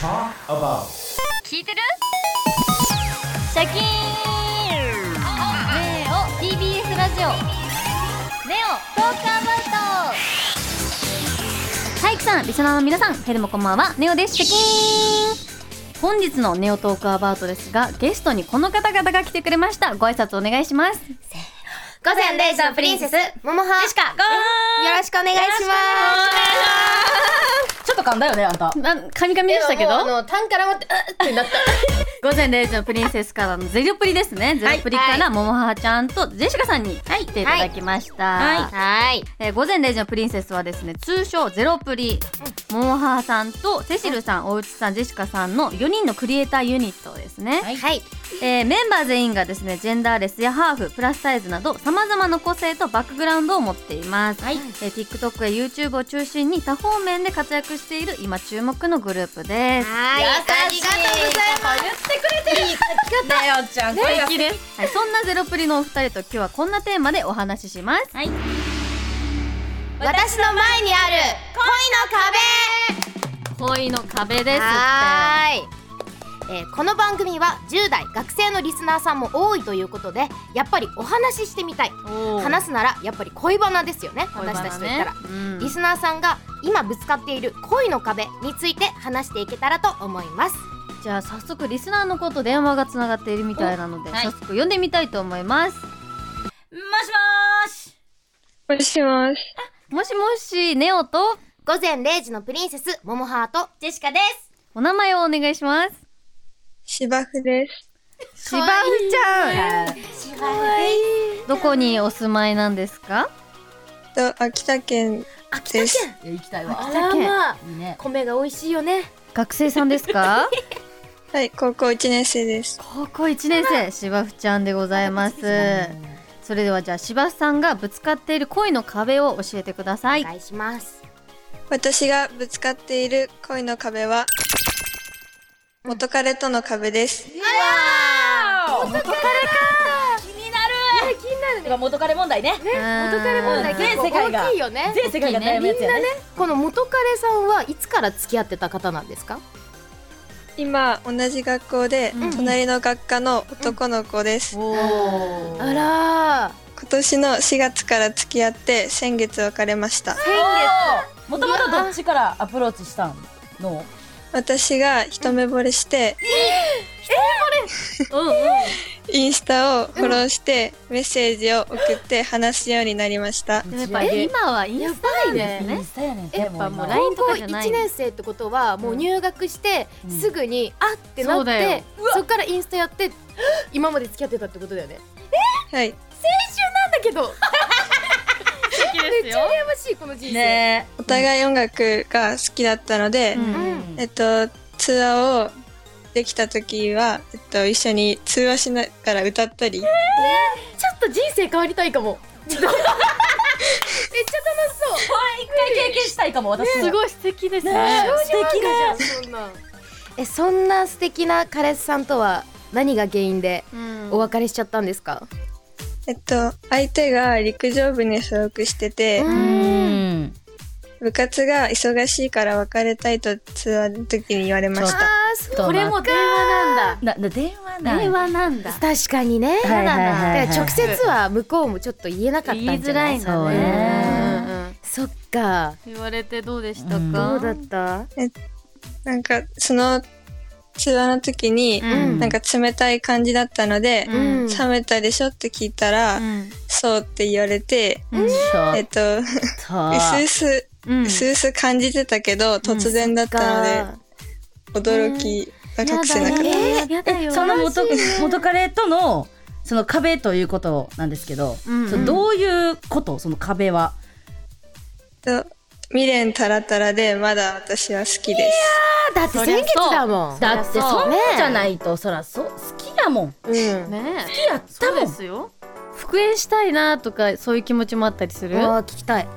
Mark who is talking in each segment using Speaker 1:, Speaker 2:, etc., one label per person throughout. Speaker 1: Talk about.
Speaker 2: 聞いてるシャキーンネオ TBS ラジオネオトークアバウト体育さんリスナーの皆さんヘルもこんばんはネオですシャキーン本日のネオトークアバウトですがゲストにこの方々が来てくれましたご挨拶お願いします
Speaker 3: 午前0時のプリンセス、ももは。よ
Speaker 2: しかゴ
Speaker 3: ろしくお願いします。ちょっと噛んだよね、あんた。
Speaker 2: ーなんカミカミでしたけど
Speaker 3: あの、タンから持って、うっってなった。
Speaker 2: 午前0時のプリンセスからのゼロプリですね。ゼロプリからももはちゃんとジェシカさんに来ていただきました。
Speaker 3: はい。
Speaker 2: えー午前0時のプリンセスはですね、通称ゼロプリ、ももはさんとセシルさん、おうちさん、ジェシカさんの4人のクリエイターユニットですね。
Speaker 3: はい。はい。
Speaker 2: えーメンバー全員がですねジェンダーレスやハーフプラスサイズなどさまざまな個性とバックグラウンドを持っています、
Speaker 3: はい
Speaker 2: えー TikTok や YouTube を中心に多方面で活躍している今注目のグループです
Speaker 3: はい。ありがとうございます。言ってくれてる。いい書き方よ、ちゃん。
Speaker 2: 素敵です、はい、そんなゼロプリのお二人と今日はこんなテーマでお話しします、はい、
Speaker 3: 私の前にある、恋の壁
Speaker 2: 恋の壁ですって
Speaker 3: はーい、えーこの番組は10代学生のリスナーさんも多いということでやっぱりお話ししてみたい話すならやっぱり恋バナですよね私たちと言ったら、リスナーさんが今ぶつかっている恋の壁について話していけたらと思います
Speaker 2: じゃあ早速リスナーの子と電話がつながっているみたいなので、早速読んでみたいと思います
Speaker 4: もしもし。
Speaker 2: もしもしネオと
Speaker 3: 午前0時のプリンセスモモハートジェシカで
Speaker 2: お名前をお願いします
Speaker 4: 芝生です。
Speaker 2: 芝生ちゃん
Speaker 3: すしばい
Speaker 2: どこにお住まいなんですか
Speaker 4: と、秋田県
Speaker 3: 秋
Speaker 4: で
Speaker 3: 田
Speaker 4: す
Speaker 3: 県。
Speaker 5: いや行きたいわ。
Speaker 3: あ
Speaker 2: らま
Speaker 3: らま米が美味しいよね
Speaker 2: 学生さんですか
Speaker 4: はい、高校1年生です。
Speaker 2: 高校1年生芝生ちゃんでございますそれではじゃあ芝生さんがぶつかっている恋の壁を教えてください
Speaker 3: お願いします
Speaker 4: 私がぶつかっている恋の壁は、元彼との壁です。
Speaker 5: てか元彼問題ね。
Speaker 2: 元彼
Speaker 5: 問題全世界が
Speaker 3: 大きいよね
Speaker 5: 全世界が悩むやつやね。
Speaker 3: この元彼さんはいつから付き合ってた方なんですか
Speaker 4: 今、同じ学校で、
Speaker 2: うん
Speaker 4: 隣の学科の男の子です。
Speaker 5: おお
Speaker 3: あらー
Speaker 4: 今年の4月から付き合って、先月別れました。
Speaker 5: もともとどっちからアプローチしたんの？
Speaker 4: 私が一目惚れして、インスタをフォローして、メッセージを送って話すようになりました。
Speaker 2: やっぱり今はインスタなんです
Speaker 5: イン
Speaker 2: ね
Speaker 5: スタやねんて。
Speaker 3: や
Speaker 2: っぱもう
Speaker 5: 今
Speaker 2: LINE と
Speaker 3: 高
Speaker 2: か
Speaker 3: 校
Speaker 2: じゃ
Speaker 3: 1
Speaker 2: ない
Speaker 3: 年生ってことはもう入学して
Speaker 5: うん
Speaker 3: すぐにあってな
Speaker 2: そう
Speaker 3: っ
Speaker 2: だよ
Speaker 3: てそっからインスタやって 今まで付き合ってたってことだよね
Speaker 4: はい。
Speaker 3: なんだけどめっちゃ羨ましいこの人生、
Speaker 5: ね
Speaker 4: お互い音楽が好きだったので、
Speaker 2: うん
Speaker 3: うん
Speaker 4: えっと、ツアーをできた時は、えっと、一緒に通話しながら歌ったり、
Speaker 3: ちょっと人生変わりたいかもめっちゃ楽しそ
Speaker 5: 一回経験したいかも私も。
Speaker 2: すごい素敵ですね
Speaker 5: ね
Speaker 3: う
Speaker 5: 素
Speaker 3: そ
Speaker 5: 敵な。
Speaker 3: んなえそんな素敵な彼氏さんとは何が原因で
Speaker 2: うん
Speaker 3: お別れしちゃったんですか
Speaker 4: えっと、相手が陸上部に所属してて、
Speaker 3: う
Speaker 5: うんん。
Speaker 4: 部活が忙しいから別れたいとツアーの時に言われました。
Speaker 3: あーそう
Speaker 2: これも電話なん
Speaker 5: なな電話
Speaker 2: だ
Speaker 5: な
Speaker 2: 電
Speaker 5: い。
Speaker 2: 話なんだ
Speaker 3: 確かにね
Speaker 5: はいはいはいはい
Speaker 3: だから直接は向こうもちょっと言えなかったんじゃな
Speaker 2: 言いづら
Speaker 3: い
Speaker 2: いん
Speaker 5: そう
Speaker 2: だ
Speaker 5: ね
Speaker 2: ね
Speaker 3: そっか
Speaker 2: 言われてどうでした
Speaker 5: かうん
Speaker 3: どうだった
Speaker 4: なんか、そのツアーの時に、
Speaker 2: うん
Speaker 4: なんか冷たい感じだったので、
Speaker 3: うん
Speaker 4: 冷めたでしょって聞いたら、そうって言われて、
Speaker 2: うん
Speaker 5: ちょっ
Speaker 4: えっと、う すうす、
Speaker 2: うん
Speaker 4: うすうす感じてたけど、突然だったので、驚きが隠せなかった、
Speaker 2: やだねやだ
Speaker 5: と
Speaker 2: よ
Speaker 5: その元
Speaker 2: 悲しい
Speaker 5: 元彼とのその壁ということなんですけど、
Speaker 2: うん
Speaker 5: それどういうことその壁は？
Speaker 4: と未練たらたらでまだ私は好きです
Speaker 3: だって先月だもん
Speaker 5: だってそん
Speaker 3: ね
Speaker 5: なんじゃないとそらそ好きやもん。好
Speaker 3: うん
Speaker 2: ねえ
Speaker 5: きやったもん。
Speaker 2: すよ復縁したいなとかそういう気持ちもあったりする
Speaker 3: あー聞きたい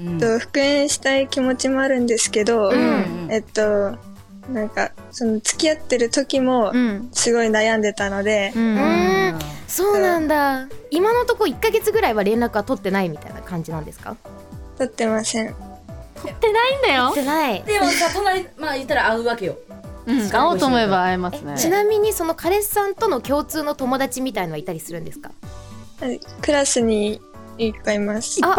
Speaker 5: うん
Speaker 4: と復縁したい気持ちもあるんですけど、
Speaker 5: ん
Speaker 4: えっとなんかその付き合ってる時も
Speaker 2: うん
Speaker 4: すごい悩んでたので、
Speaker 2: うん
Speaker 3: う
Speaker 2: うん
Speaker 3: んそうなんだ今のとこ1ヶ月ぐらいは連絡は取ってないみたいな感じなんですか
Speaker 4: 取ってません
Speaker 2: ってないんだよ
Speaker 3: 取ってない
Speaker 5: でもさ隣まあ言ったら会うわけよ。
Speaker 2: うん、会おうと思えば会えますね
Speaker 3: えちなみにその彼氏さんとの共通の友達みたいのはいたりするんですか
Speaker 4: はいクラスにいっぱいいます。
Speaker 3: あ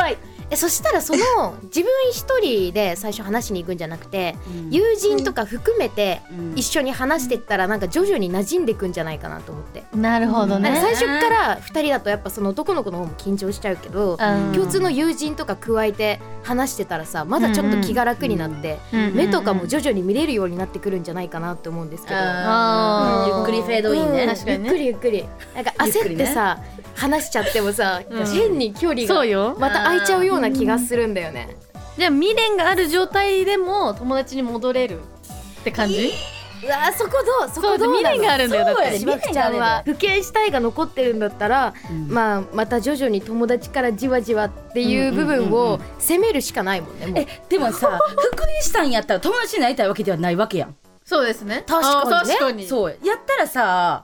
Speaker 3: えそしたらその自分一人で最初話しに行くんじゃなくて
Speaker 2: うん
Speaker 3: 友人とか含めて
Speaker 2: うん
Speaker 3: 一緒に話してったらなんか徐々に馴染んでいくんじゃないかなと思って、
Speaker 2: なるほど
Speaker 3: なん
Speaker 2: ね
Speaker 3: か最初から二人だとやっぱその男の子の方も緊張しちゃうけど、
Speaker 2: うん
Speaker 3: 共通の友人とか加えて話してたらさまだちょっと気が楽になって、目とかも徐々に見れるようになってくるんじゃないかなって思うんですけど。
Speaker 2: あー
Speaker 5: ゆっくりフェードイン
Speaker 3: う
Speaker 5: ね
Speaker 3: ん
Speaker 2: 確かにね
Speaker 3: ゆっくりゆっくりなんか焦ってさ、話しちゃってもさ、
Speaker 2: うん
Speaker 3: 変に距離
Speaker 2: そ
Speaker 3: が
Speaker 2: うよ
Speaker 3: また空いちゃうような気がするんだよね、
Speaker 2: じゃあ未練がある状態でも友達に戻れるって感じ
Speaker 3: うわーそこどうそこ
Speaker 2: で
Speaker 3: どう
Speaker 2: 未
Speaker 3: な
Speaker 2: 練が
Speaker 3: の
Speaker 2: あるんだよだっ
Speaker 5: そうや
Speaker 2: て
Speaker 5: ね
Speaker 3: しばくちゃんは不敬したいが残ってるんだったら、
Speaker 2: うん
Speaker 3: まあまた徐々に友達からじわじわっていう部
Speaker 2: う
Speaker 3: 分
Speaker 2: んうんうんう
Speaker 3: を
Speaker 2: ん
Speaker 3: 責めるしかないもんねもう
Speaker 5: えでもさ復縁したんやったら友達になりたいわけではないわけやん
Speaker 2: そうですね
Speaker 3: 確かに
Speaker 2: あ
Speaker 3: ね
Speaker 2: 確かに
Speaker 5: そうやったらさ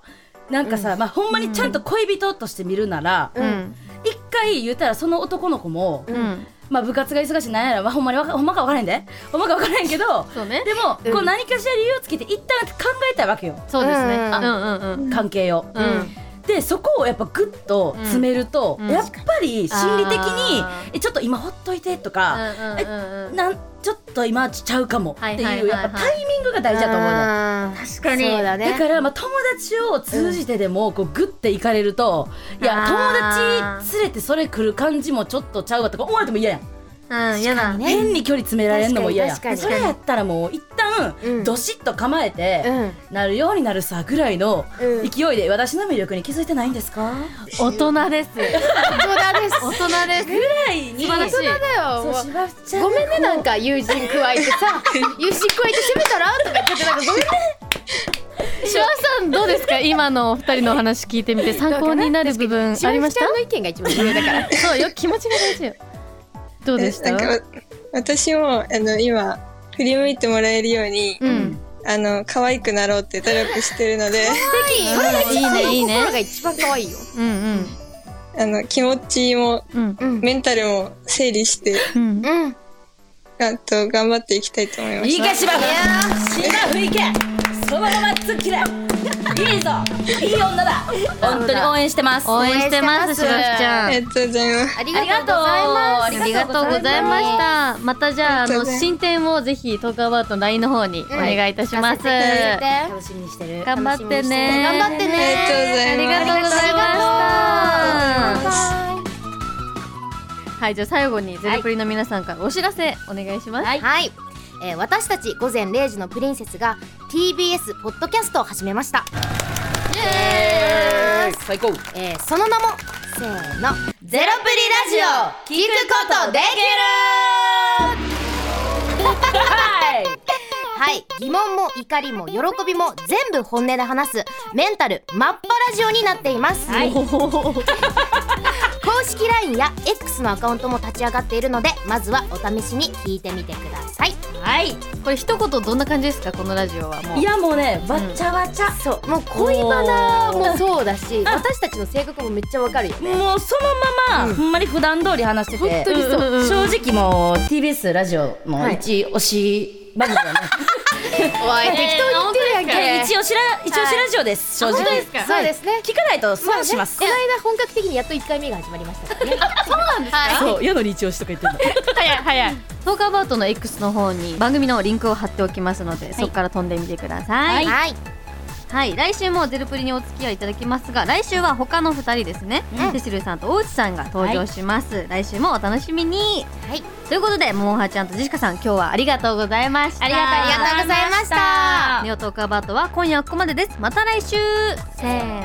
Speaker 5: なんかさ、まあほんまにちゃんと恋人として見るなら、
Speaker 2: うん
Speaker 5: 一回言うたらその男の子も、
Speaker 2: うん
Speaker 5: まあ部活が忙しいなんやら、まあ、ほんまにわかほんまか分からへんでほんまか分からへんけど
Speaker 2: そうね
Speaker 5: でも、
Speaker 3: うん
Speaker 5: こう何かしら理由をつけて一旦考えたいわけよ
Speaker 2: そうですね
Speaker 3: うん
Speaker 2: あうんうんうん
Speaker 5: 関係を。
Speaker 2: うん
Speaker 5: でそこをやっぱグッと詰めると、
Speaker 2: うんうん
Speaker 5: やっぱり心理的に
Speaker 2: あ
Speaker 5: 「えちょっと今ほっといて」と
Speaker 2: う
Speaker 5: か、
Speaker 2: んうんうん
Speaker 5: なん「ちょっと今ちゃうかも」っていう、
Speaker 2: はいはいはいはい
Speaker 5: やっぱタイミングが大事だと思うのよ。
Speaker 3: 確
Speaker 2: かに
Speaker 3: そうだね
Speaker 5: だから、まあ、友達を通じてでもこうグッて行かれると、いや
Speaker 2: あー
Speaker 5: 友達連れてそれ来る感じもちょっとちゃうわとか思われても嫌やん、
Speaker 2: うん嫌だ
Speaker 3: ね
Speaker 5: 変に距離詰められるのも嫌やん
Speaker 3: 確かに
Speaker 5: そ
Speaker 3: 確かに
Speaker 5: れやったらもう一
Speaker 3: うん
Speaker 5: 旦どしっと構えて、なるようになるさぐらいの
Speaker 3: うん
Speaker 5: 勢いで私の魅力に気づいてないんですか、
Speaker 2: 大人です
Speaker 3: 大人です
Speaker 2: 大人です
Speaker 5: ぐらいに
Speaker 2: 素晴らしい
Speaker 3: だよ
Speaker 5: そう
Speaker 3: もう
Speaker 5: しばちゃん
Speaker 3: ごめんねなんか友人加えて さ友人加えて攻めたらとか言っててなんかごめんね
Speaker 2: シュワさんどうですか今のお二人のお話聞いてみて参考になる部分ありまし
Speaker 3: ち
Speaker 2: た
Speaker 3: ゃんの意見が一番重要だか ら
Speaker 2: そうよ気持ちが大事よどうでした
Speaker 4: なんか私もあの今振り向いてもらえるように、
Speaker 2: うん
Speaker 4: あの可愛くなろうって努力してるので
Speaker 2: いいねいいね
Speaker 3: 心が一番可愛いよ
Speaker 2: うん
Speaker 4: あの気持ちも
Speaker 2: うんうん
Speaker 3: うん
Speaker 4: メンタルも整理して
Speaker 2: うん
Speaker 3: うん
Speaker 4: あと頑張っていきたいと思います。
Speaker 5: いいか芝生芝生いけそのまま突っ切れいいぞいい女だ本当に応援してます
Speaker 2: 応援してま
Speaker 3: 応援してますす
Speaker 2: しばきちゃ
Speaker 4: あ
Speaker 2: ん
Speaker 4: りがとうございます。
Speaker 3: あり
Speaker 5: ありがとう
Speaker 2: ありがとうございましたまたじゃああ
Speaker 4: ありがと
Speaker 2: の
Speaker 4: うございます
Speaker 2: 進展をぜひトークアバウトの LINE の方にお願いいたします
Speaker 3: 聞かせて
Speaker 5: 楽しみにしてる
Speaker 2: 頑張ってね
Speaker 3: 頑張ってね
Speaker 2: あ
Speaker 4: あ
Speaker 2: り
Speaker 4: り
Speaker 2: が
Speaker 4: が
Speaker 2: と
Speaker 4: と
Speaker 2: う
Speaker 4: う
Speaker 2: ご
Speaker 4: ご
Speaker 2: ざ
Speaker 4: ざ
Speaker 2: い
Speaker 4: い
Speaker 2: ま
Speaker 4: ま
Speaker 2: した
Speaker 3: は
Speaker 2: はいじゃあ最後にゼロプリの皆さんからお知らせお願いします
Speaker 3: い、えー私たち午前0時のプリンセスが TBS ポッドキャストを始めました、
Speaker 5: 最高
Speaker 3: えーその名もせーの
Speaker 5: ゼロプリラジオ聞くことできる
Speaker 3: はい疑問も怒りも喜びも全部本音で話すメンタルマッパラジオになっています、公式 LINE や X のアカウントも立ち上がっているのでまずはお試しに聞いてみてください
Speaker 2: はいこれ一言どんな感じですかこのラジオはもう
Speaker 5: いやもうねわっちゃわちゃ、
Speaker 3: そうもう恋バナもそうだし 私たちの性格もめっちゃわかるよね
Speaker 5: もうそのまま、ほんまに普段通り話して
Speaker 3: 本
Speaker 5: て
Speaker 3: 当にそう
Speaker 5: 正直もう TBS ラジオの一押し番組だね、
Speaker 3: おい適当に言ってるやんけ、
Speaker 5: はい一押しラ一押しラジオです、正直
Speaker 2: ですか
Speaker 3: そうですね
Speaker 5: 聞かないと損します、
Speaker 3: この間本格的にやっと1回目が始まりましたからねそうなんですか、はい
Speaker 5: そう、矢のに一押しとか言ってんだ。
Speaker 2: 早い早いトークアバウトの X の方に番組のリンクを貼っておきますので、そこから飛んでみてくださいはい、
Speaker 3: はい
Speaker 2: 来週もゼルプリにお付き合いいただきますが来週は他の2人ですね、
Speaker 3: うん
Speaker 2: セシルさんと大内さんが登場します、来週もお楽しみに
Speaker 3: はい
Speaker 2: ということでモンハちゃんとジェシカさん今日はありがとうございました
Speaker 3: ありがとうありがとうございました
Speaker 2: ネオトークアバウトは今夜はここまでですまた来週せーの